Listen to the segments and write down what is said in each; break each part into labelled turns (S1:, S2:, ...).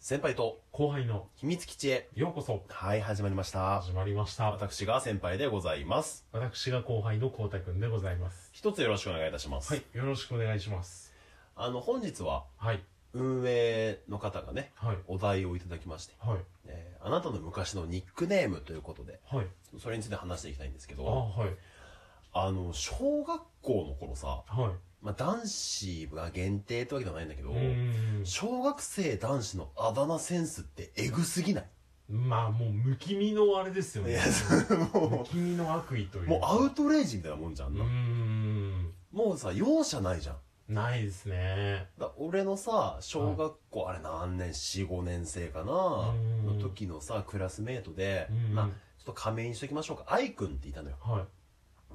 S1: 先輩と
S2: 後輩の
S1: 秘密基地へ。
S2: ようこそ
S1: はい、始まりました。
S2: 始まりました
S1: 私が先輩でございます。
S2: 私が後輩のこうたくんでございます
S1: 一つよろしくお願いいたします。
S2: はいよろしくお願いします
S1: あの、本日は
S2: はい
S1: 運営の方がね、
S2: はい
S1: お題をいただきまして、
S2: はい
S1: えーあなたの昔のニックネームということで、
S2: はい
S1: それについて話していきたいんですけ
S2: あ
S1: ど、
S2: はい
S1: あの、小学校の頃さ、
S2: はい
S1: まあ、男子が限定ってわけではないんだけど
S2: う、ーん
S1: 小学生男子のあだ名センスってエグすぎない
S2: まあもうむきみのあれですよ
S1: い
S2: ね
S1: や、その
S2: む
S1: も、
S2: きみの悪意というう
S1: もうアウ
S2: ト
S1: トレイジみたいなもんじゃん
S2: う
S1: あん
S2: ー
S1: な。
S2: ん
S1: もうさ、容赦ないじゃん。
S2: ないですね
S1: だ俺のさ、小学校、あれ何年、4、5年生かな
S2: うん
S1: の時のさ、クラスメートで
S2: うん、
S1: まあ、ちょっと仮名にしときましょうか。愛くんっていたのよ。
S2: は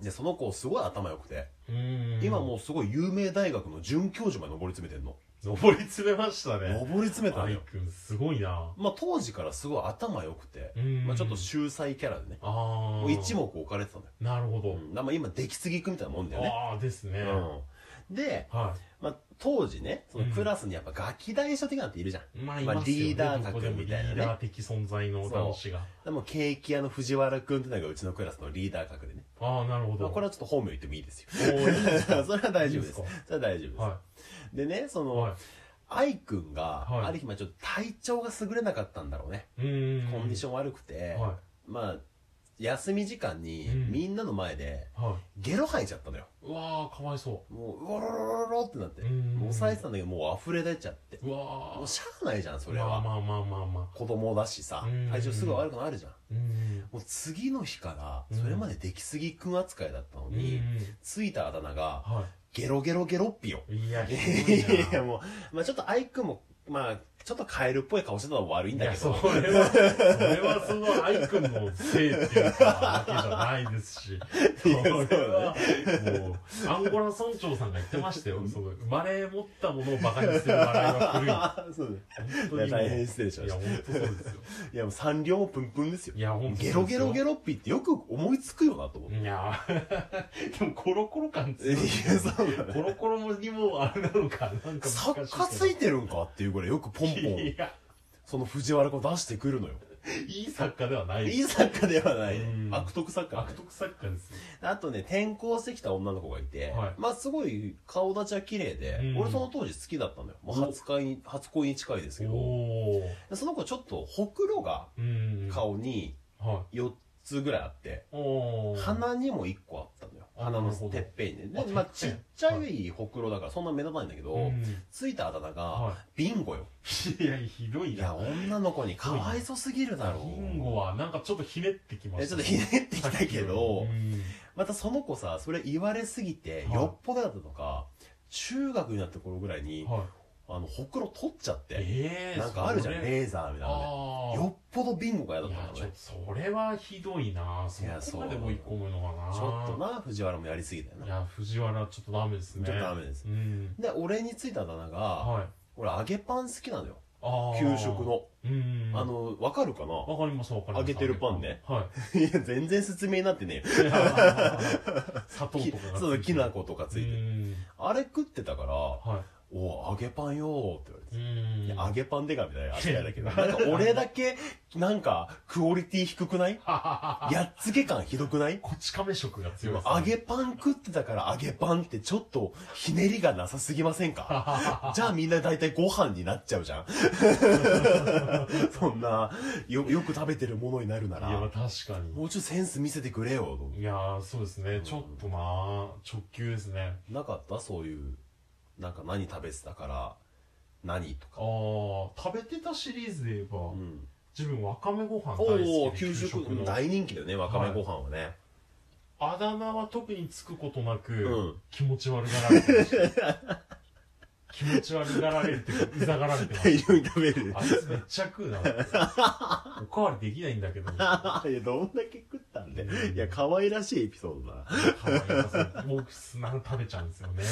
S1: で、その子すごい頭良くて、
S2: いうーん
S1: 今もうすごい有名大学の准教授まで上り詰めてんの。
S2: 上り詰めましたね
S1: 上り詰めたの
S2: 愛
S1: よ。
S2: くんすごいな
S1: まあ当時からすごい頭良くて
S2: う、ん
S1: まあちょっと秀才キャラでね、
S2: あ
S1: も
S2: あ
S1: う一目置かれてたのよ。
S2: なるほ
S1: う
S2: ど
S1: ん、だからまあ今出来すぎくみたいなもんだよね。
S2: ああですね
S1: うん。で、
S2: は
S1: まあ当時ね、そのクラスにやっぱガキ大将的なんているじゃん。
S2: いまあい
S1: まあ
S2: ますよね
S1: リーダー
S2: ど
S1: 格
S2: こでも
S1: みたいなね
S2: リーダー的存在の男子が
S1: でもケーキ屋の藤原くんってのがうちのクラスのリーダー格でね。
S2: ああなるほ
S1: まあ、
S2: ど
S1: これはちょっと本名言ってもいいですよ。
S2: おーいいです
S1: それ
S2: か
S1: は大丈夫です。
S2: いいです
S1: それは大丈夫です。
S2: は
S1: でね、そ
S2: い
S1: の、
S2: は
S1: 愛くんが、
S2: はい
S1: ある日まあちょっと体調が優れなかったんだろうね。
S2: いうん
S1: コンディション悪くて、
S2: は
S1: まあ、休み時間に
S2: うん
S1: みんなの前で
S2: いはい
S1: ゲロ吐いちゃったのよ。
S2: うわーかわいそ
S1: もう、うわろろろろろってなって。
S2: うんうんうん
S1: もう抑えてたんだけど、もう溢れ出ちゃって。
S2: ううわ
S1: もう
S2: ー
S1: しゃあないじゃん、それ
S2: まあ
S1: は。
S2: まあまあまあまあ
S1: 子供だしさ
S2: うんうん、
S1: 体調すぐ悪くなるじゃん。
S2: うん
S1: もう次の日から、
S2: うん
S1: それまで出来すぎくん扱いだったの
S2: うん
S1: に、ついたあだ名が、
S2: は
S1: ゲロゲロゲロッピよ。
S2: いいやひどい
S1: い
S2: な
S1: や、もう、まあちょっとアイくんも、まあちょっとカエルっぽい顔してたのも悪いん
S2: い
S1: だ
S2: や
S1: け
S2: それ
S1: ど、
S2: はそれはその愛くんのせいっていうかわけじゃないですしそれはもうアンゴラ村長さんが言ってましたよその生まれ持ったものをバカにする笑いは
S1: そう
S2: 古い
S1: いや大
S2: 本当にもう
S1: 変失礼しま
S2: い
S1: し
S2: や
S1: た。
S2: 本当そうですよ
S1: いや、もう三両もプンプンですよ
S2: い。や 本当
S1: ゲロゲロゲ
S2: ロ
S1: ロッピってよく思いつくよなと思って。
S2: いや でもコロコロ感
S1: い
S2: 強い
S1: や、そうだね。
S2: コロコロにもあれなのかなんか
S1: 作家ついてるんかっていうぐらいよくポンポン
S2: い、や
S1: その藤原君を出してくるのよ。
S2: いい作家ではない
S1: いい作家ではないね
S2: う。ん
S1: 悪徳作家だね
S2: 悪。徳作家ですよ
S1: あとね、転校してきた女の子がいて、
S2: はい
S1: まあすごい顔立ちは綺麗で、
S2: うん
S1: 俺その当時好きだったのよ。もう初恋に、初恋に近いですけど、
S2: おー
S1: その子ちょっとほくろが
S2: うん
S1: 顔に
S2: は
S1: 4つぐらいあって、
S2: いおー
S1: 鼻にも1個あったのよ。
S2: あ
S1: 鼻の
S2: なるほど
S1: てっぺんにね。
S2: あ
S1: で、まあ
S2: てっぺ
S1: ち
S2: ん
S1: っちゃいほくろだからそんな目立たないんだけど、
S2: うん
S1: ついたあだ名が、
S2: は
S1: ビンゴよ。
S2: いいやひどい
S1: いや、
S2: な
S1: 女の子にかわいそすぎるだろう。
S2: ビンゴはなんかちょっとひねってきま
S1: えち
S2: した
S1: ょっとひねってきたけど
S2: う、ん
S1: またその子さ、それ言われすぎて、
S2: はい
S1: よっぽどだったとか、中学になった頃ぐらいに、
S2: はい
S1: あの、ほくろ取っちゃって、
S2: ええ
S1: なんかあるじゃん、
S2: ね
S1: レーザーみたいなの
S2: あ
S1: ね。
S2: あ
S1: よっぽどビンゴが嫌だ
S2: い
S1: った
S2: や
S1: んだ
S2: ちょ
S1: ろう
S2: っ
S1: ね。
S2: とそれはひどいなそ
S1: や
S2: こまで追い込むのかな
S1: ちょっとな、藤原もやりすぎだよ
S2: い
S1: な。
S2: や藤原ちょっとダメですね
S1: ちょっとダメです
S2: うん
S1: で、俺についたあだ名が、
S2: はい
S1: 俺揚げパン好きなのよ。
S2: あー
S1: 給食の。
S2: うん
S1: あの、わかるかな
S2: わかりますわかります
S1: 揚げてるパンね
S2: はい
S1: や、全然説明になってねえよ。
S2: い砂糖とかがつ
S1: き
S2: いてる
S1: そう、きな粉とかついうてる。
S2: ん
S1: あれ食ってたから、
S2: は
S1: おう揚げパンよーって言われて
S2: い。うん
S1: いや、揚げパンでかみたい な扱いだけど。
S2: い
S1: な
S2: や
S1: んか俺だけ、なんか、クオリティ低く ないやっつけ感ひどくない
S2: こち亀色が強いですね
S1: 揚げパン食ってたから揚げパンってちょっとひねりがなさすぎません かじゃあみんな大体ご飯になっちゃうじゃん。そんな、よ、よく食べてるものになるない
S2: やまあ
S1: ら、
S2: 確かに
S1: もうちょいセンス見せてくれよ。
S2: いやーそうですねちょっとな直球ですね
S1: なかったそういう、なんか何食べてたから、何と
S2: あ
S1: か。
S2: ー食べてたシリーズで言えば
S1: うん。
S2: 自分わかめご飯大好きで
S1: おー、給食、
S2: の
S1: 大人気だよね、わかめご飯はね。
S2: あだ名は特につくことなく、
S1: うん
S2: 気持ち悪がられてました気持ち悪がられるっていうかうざがられてま
S1: 大
S2: し
S1: 量に食べる
S2: た。あいつめっちゃ食うなっておかわりできないんだけど可
S1: いや、どんだけ食ったんだよ。いや、可愛らしいエピソードだな。
S2: 愛 いです僕砂食べちゃうんですよね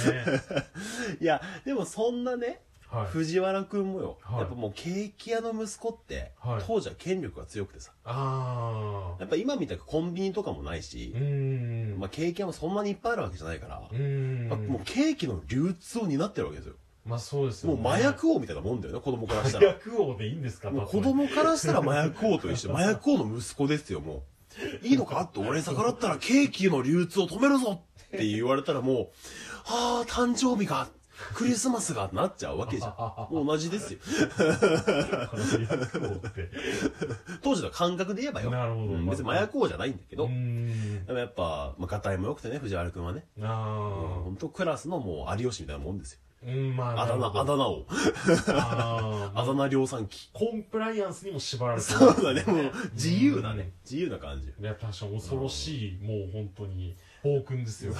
S1: いや、でもそんなね、
S2: はい
S1: 藤原くんもよ、
S2: はい
S1: やっぱもうケーキ屋の息子って、
S2: はい
S1: 当時は権力が強くてさ、
S2: ああ
S1: やっぱ今みたくコンビニとかもないし
S2: う、ーん
S1: まあケーキ屋もそんなにいっぱいあるわけじじゃないから
S2: う、ーん
S1: まあもうケーキの流通を担ってるわけですよ。
S2: まあそうです
S1: も
S2: よ、
S1: う麻薬王みたいなもんだよね、子供からした
S2: 麻
S1: ら。
S2: 薬王でいいんですか
S1: もう
S2: 例え
S1: 子供からしたら麻薬王と一緒。麻薬王の息子ですよ、もう。いいのかって、俺に逆らったらケーキの流通を止めるぞって言われたらもう、ああ、誕生日が、クリスマスがなっちゃうわけじゃん。もう同じですよ。
S2: 麻薬王って。
S1: 当時の感覚で言えばよ。
S2: なるほど
S1: うん別に麻薬王じゃないんだけ
S2: う
S1: ど。
S2: ん。
S1: でもやっぱ、まあ、ガタイも良くてね、藤原くんはね。
S2: あ
S1: 本当クラスのもう有吉みたいなもんですよ。
S2: あ。うん、まあ。
S1: あだ名、あだ名を。
S2: あ
S1: あ
S2: あ。
S1: だ名量産機。
S2: コンプライアンスにも縛られてる
S1: そうだね、もう自由だね。自由な感じ。
S2: いや、確かに恐ろしい、もう本当に、暴君ですよ。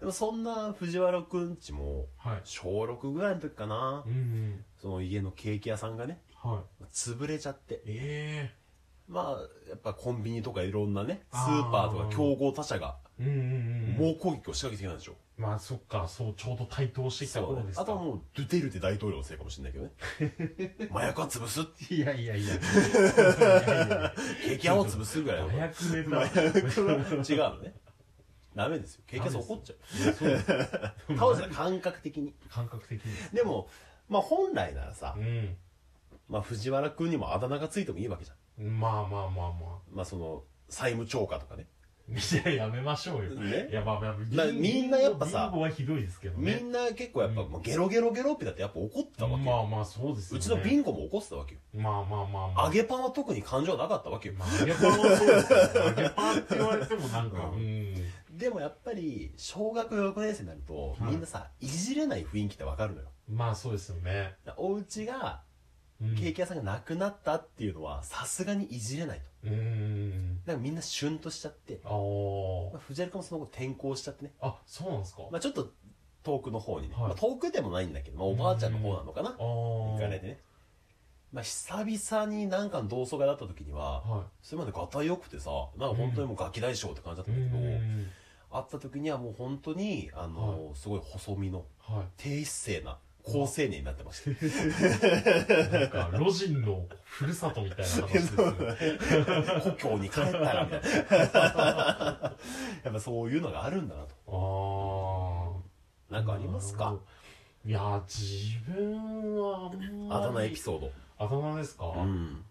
S1: でもそんな藤原くんちも、
S2: はい。
S1: 小6ぐらいの時かな
S2: う。ん。
S1: その家のケーキ屋さんがね、
S2: はい。
S1: 潰れちゃって。
S2: え
S1: まあ、やっぱコンビニとかいろんなね、スーパーとか競合他社が、
S2: えうんうんうん。
S1: 猛攻撃を仕掛けてきたんでしょ。
S2: まあ、そっか、そう、ちょうど対等してきた
S1: そう
S2: 頃
S1: だね
S2: ですか。
S1: あとはもう、ドゥテルテ大統領のせいかもしれないけどね。 麻薬は潰すって、
S2: いやいや いや。
S1: ケーキ屋を潰すぐらいの。
S2: 麻薬 ネ
S1: 麻
S2: タ。
S1: 薬は違うのね。ダメですよ。経験者怒っちゃ
S2: そうです
S1: う。倒した感覚的に。
S2: 感覚的に。
S1: でも、まあ本来ならさ
S2: う、ん。
S1: まあ藤原くんにもあだ名がついてもいいわけじゃ
S2: まあまあまあま
S1: ん。まあその、債務超過とかね。
S2: あ。いや、やめましょうよ。
S1: ね
S2: いや、まあまあ、
S1: まあみんなやっぱさ
S2: 貧乏はひどいですけど
S1: み
S2: ね。
S1: んな結構やっぱ、
S2: うん
S1: もうゲロゲロゲロってだってやっぱ怒ってたわけ
S2: ま
S1: よ。
S2: あまあ、そうですよ
S1: う
S2: ね。
S1: ちのビンゴも怒ってたわけよ。
S2: まあまあまあまあ。
S1: 揚げパンは特に感情はなかったわけよ。
S2: まあ、揚げパンはそうですよね。揚げパンって言われてもなんか、
S1: う
S2: うん。
S1: でもやっぱり、小学6年生になると、
S2: はい
S1: みんなさ、いじれない雰囲気ってわかるのよ。
S2: まあそうですよね。
S1: お家が、
S2: うん
S1: ケーキ屋さんがなくなったっていうのは、さすがにいじれないと。
S2: うん。
S1: なんかみんなシュンとしちゃって、
S2: あー
S1: まあ、藤原君もその後転校しちゃってね。
S2: あ、そうなんですか
S1: まあちょっと遠くの方にね、
S2: はい
S1: まあ遠くでもないんだけど、まあおばあちゃんの方なのかな
S2: あ。ー
S1: 行かれてね。まあ久々になんかの同窓会だった時には、
S2: は
S1: それまでガタイ良くてさ、なんか本当にもうガキ大将って感じだっ
S2: い。
S1: た
S2: うん
S1: だけど、
S2: ん。
S1: 会った時にはもう本当に、あの、すごい細身の、
S2: はい。
S1: 低姿勢な、高青年になってま した。
S2: なんか、ロジンのふるさとみたいな話ですよね。
S1: 故郷に帰ったら、みたいな。 やっぱそういうのがあるんだなと。
S2: ああ。
S1: なんかあります
S2: な
S1: か
S2: るほどいや、自分はあんま
S1: あ
S2: り。
S1: だ名エピソード。
S2: あだ名ですか、
S1: うん。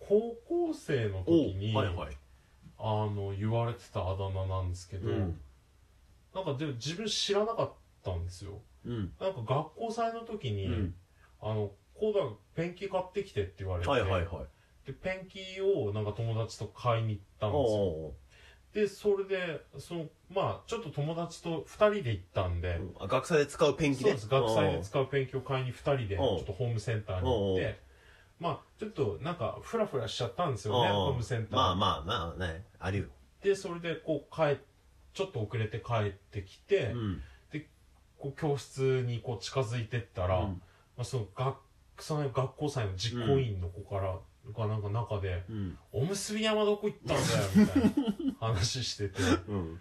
S2: 高校生の
S1: お
S2: 時に、
S1: はいはい。
S2: あの、言われてたあだ名なんですけど、
S1: うん。
S2: なんかでも自分知らなかったんですよ。
S1: うん。
S2: なんか学校祭の時に、
S1: うん
S2: あの、コーダペンキ買ってきてって言われて、
S1: はいはいはい。
S2: で、ペンキをなんか友達と買いに行ったんですよ。
S1: お
S2: で、それで、その、まあ、ちょっと友達と二人で行ったんで、
S1: あ、学祭で使うペンキ
S2: そう
S1: ね。
S2: です。学祭で使うペンキを買いに2人で、ち
S1: おう
S2: ょっとホームセンターに行って、まあ、ちょっとなんか、フラフラしちゃったんですよね、
S1: おうおう
S2: ホームセンター。
S1: まあまあまあね、ありう
S2: で、それで、こう、帰っ、ちょっと遅れて帰ってきて、
S1: うん。
S2: こう、教室にこう、近づいてったら、まあ、その、学、その学校祭の実行委員の子から、がなんか中で、
S1: うん。
S2: おむすび山どこ行ったんだよ、みたいな話し てて、
S1: うん。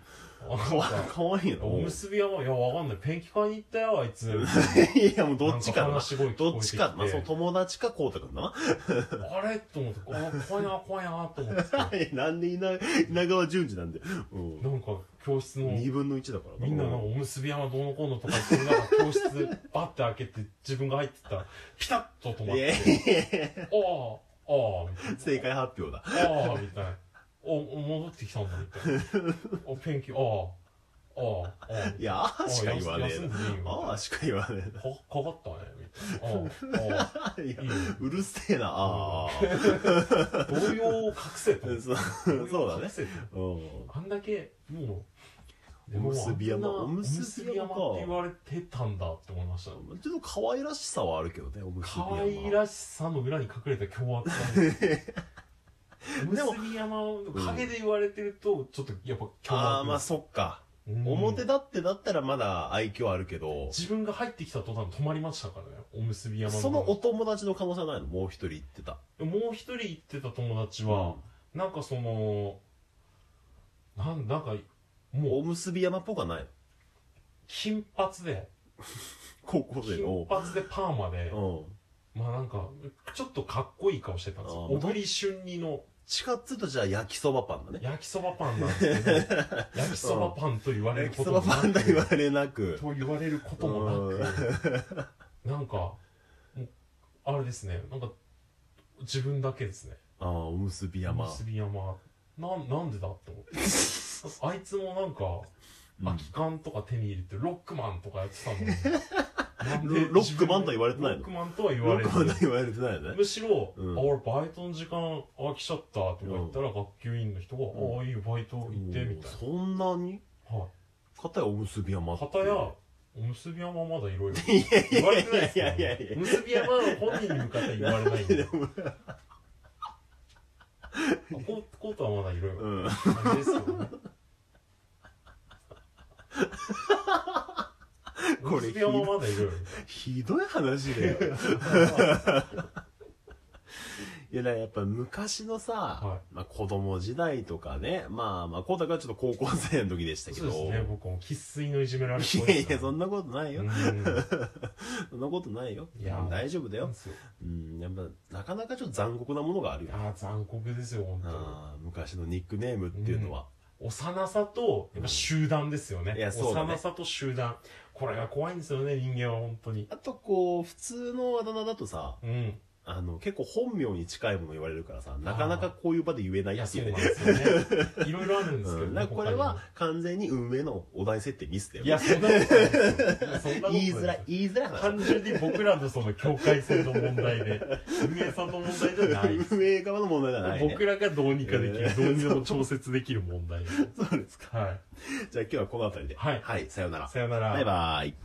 S2: あ
S1: か
S2: なん
S1: わ
S2: か、
S1: かわいいな。
S2: おむすび山、いや、わかんない。ペンキ買いに行ったよ、あいつ。
S1: いや、もう どっちか
S2: なん
S1: な
S2: 話。し声聞こえ
S1: ど
S2: て
S1: っ
S2: き
S1: ち
S2: て
S1: か。まあ、その友達か、こうたくんだな。
S2: あれと思って、あ、怖いな、怖いな、と思って。
S1: えなんで稲稲川淳二なんで。うん。
S2: なんか、教室の、
S1: 二分の一だから
S2: みんなのおむすび山どうのこうのとか言ってる中、教室、バッて開けて、自分が入ってったら、ピタッと止まっ
S1: いや
S2: て、
S1: いやいや
S2: ああ、ああ、みたい
S1: 正解発表だ。
S2: な。ああ、みたいな。お、お戻ってきたんだ、みたいな。お、ペンキ、ああ、ああ、ああ。
S1: いや、あーしか言わねえ
S2: 休ん
S1: な。
S2: でいいよみたい
S1: あ
S2: な
S1: ーしか言わね
S2: かかかったね、みたいな。ああ、あ
S1: えな。いや
S2: あ、いいよ。
S1: うるせえな、あ
S2: 動揺を隠せと
S1: あ。
S2: 思っ
S1: うん。
S2: て
S1: そうそうだね。うん。
S2: あんだけ、もう、
S1: おむすび山
S2: でもあんな
S1: おむすび山か
S2: おむすび山って言われてたんだって思いました。
S1: ちょっと可愛らしさはあるけどね、おむすび
S2: 可
S1: 山。
S2: 愛らしさの裏に隠れた凶悪さです。おむ
S1: でも
S2: すび山の陰で言われてると、ちょっとやっぱ凶悪。
S1: ああ、まあそっか。
S2: うん
S1: 表だってだったらまだ愛嬌あるけど、
S2: 自分が入ってきた途端止まりましたからね、おむすび山
S1: そのお友達の可能性はないのもう一人言ってた。
S2: もう一人行ってた友達は、なんかその、なん、なんか、もう、
S1: おむすび山っぽくはないの
S2: 金髪で、
S1: 高校生
S2: 金
S1: の。
S2: 髪でパーマで、
S1: うん。
S2: まあなんか、ちょっとかっこいい顔してたんですよ。
S1: あー
S2: 小栗旬二の
S1: 地下っつうとじゃあ焼きそばパンだね。
S2: 焼きそばパンなんですけど、焼きそばパンと言われる
S1: 焼
S2: こ
S1: きそ
S2: とも
S1: ば
S2: な
S1: パ
S2: く
S1: ンと言われなく。
S2: と言われることもなく、なんか、もうあれですね、なんか、自分だけですね。
S1: ああ、おむすび山。
S2: 結び山。なん、なんでだって思って。あいつもなんか、
S1: うん
S2: 空き缶とか手に入れて、ロックマンとかやってたのに なんで自分で。
S1: ロロックマンとは言われてないの
S2: ロックマンとは言わ
S1: よ
S2: れ
S1: くは
S2: て
S1: 言われてないよね。
S2: むしろ、
S1: うん
S2: あ、俺バイトの時間飽きちゃったとか言ったら、学級委員の人が、
S1: ん
S2: ああ、いいよ、バイト行って、みたい
S1: もうそんなに
S2: な。はい。
S1: 片やおむすび山って。
S2: 片や、おむすび山はまだいろいろ。
S1: いやい
S2: 言わ
S1: や
S2: れ
S1: い
S2: てない
S1: や
S2: です
S1: い
S2: か
S1: や
S2: ら
S1: いやい
S2: ね
S1: や。
S2: むすび山の本人に向かって言われないんで。コ コートはまだいろいろ。
S1: うん。
S2: 感じですよね。
S1: これ
S2: むすび山まだいろいろ。
S1: ひどい話だよ。 いや、だからやっぱ昔のさ、
S2: は
S1: まあ子供時代とかね、まあまあ、こうたくんはちょっと高校生の時でしたけ
S2: そう
S1: ど。
S2: ですね、僕も生粋のいじめられっ子
S1: いやいや、そ
S2: なん
S1: なことないよ。
S2: い
S1: そんなことないよ。
S2: いや
S1: 大丈夫だ
S2: よ
S1: よ。。うん、やっぱ、なかなかちょっと残酷なものがあるよ。
S2: ああ、残酷ですよ、本当
S1: あー昔のニックネームっていうのは。
S2: 幼さと、やっぱ集団ですよね。
S1: いやそうだね
S2: 幼さと集団。これが怖いんですよね、人間は本当に。
S1: あとこう、普通のあだ名だとさ、
S2: うん。
S1: あの、結構本名に近いもの言われるからさ、なかなかこういう場で言えない
S2: いや、
S1: って
S2: そ
S1: いううね
S2: なん。ですよね。いろいろあるんですけ
S1: う
S2: ど
S1: ん、だ
S2: ね
S1: からこれ
S2: 他に
S1: は
S2: も
S1: 完全に運営のお題設定ミスだよ
S2: い
S1: ね。
S2: や、そんなことないですよ。そんなことな
S1: 言
S2: で
S1: い
S2: すよ
S1: づらい、言いづらい話。
S2: 単純に僕らのその境界線の問題で、運営さんの問題じゃないで す。
S1: 運営側の問題じゃない、ね。
S2: 僕らがどうにかでき
S1: え
S2: る、どうにでも調節できる問題です。
S1: そうですか。
S2: はい。
S1: じゃあ今日はこの辺りで。
S2: はい
S1: はい、さようなら。
S2: さよなら。
S1: バイバーイ。